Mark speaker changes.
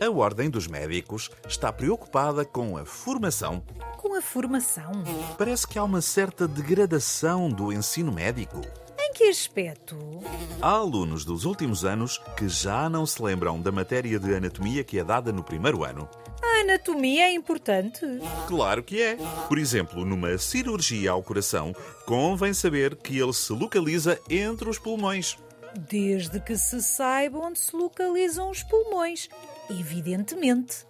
Speaker 1: A Ordem dos Médicos está preocupada com a formação.
Speaker 2: Com a formação?
Speaker 1: Parece que há uma certa degradação do ensino médico.
Speaker 2: Em que aspecto?
Speaker 1: Há alunos dos últimos anos que já não se lembram da matéria de anatomia que é dada no primeiro ano.
Speaker 2: A anatomia é importante.
Speaker 1: Claro que é. Por exemplo, numa cirurgia ao coração, convém saber que ele se localiza entre os pulmões.
Speaker 2: Desde que se saiba onde se localizam os pulmões. Evidentemente.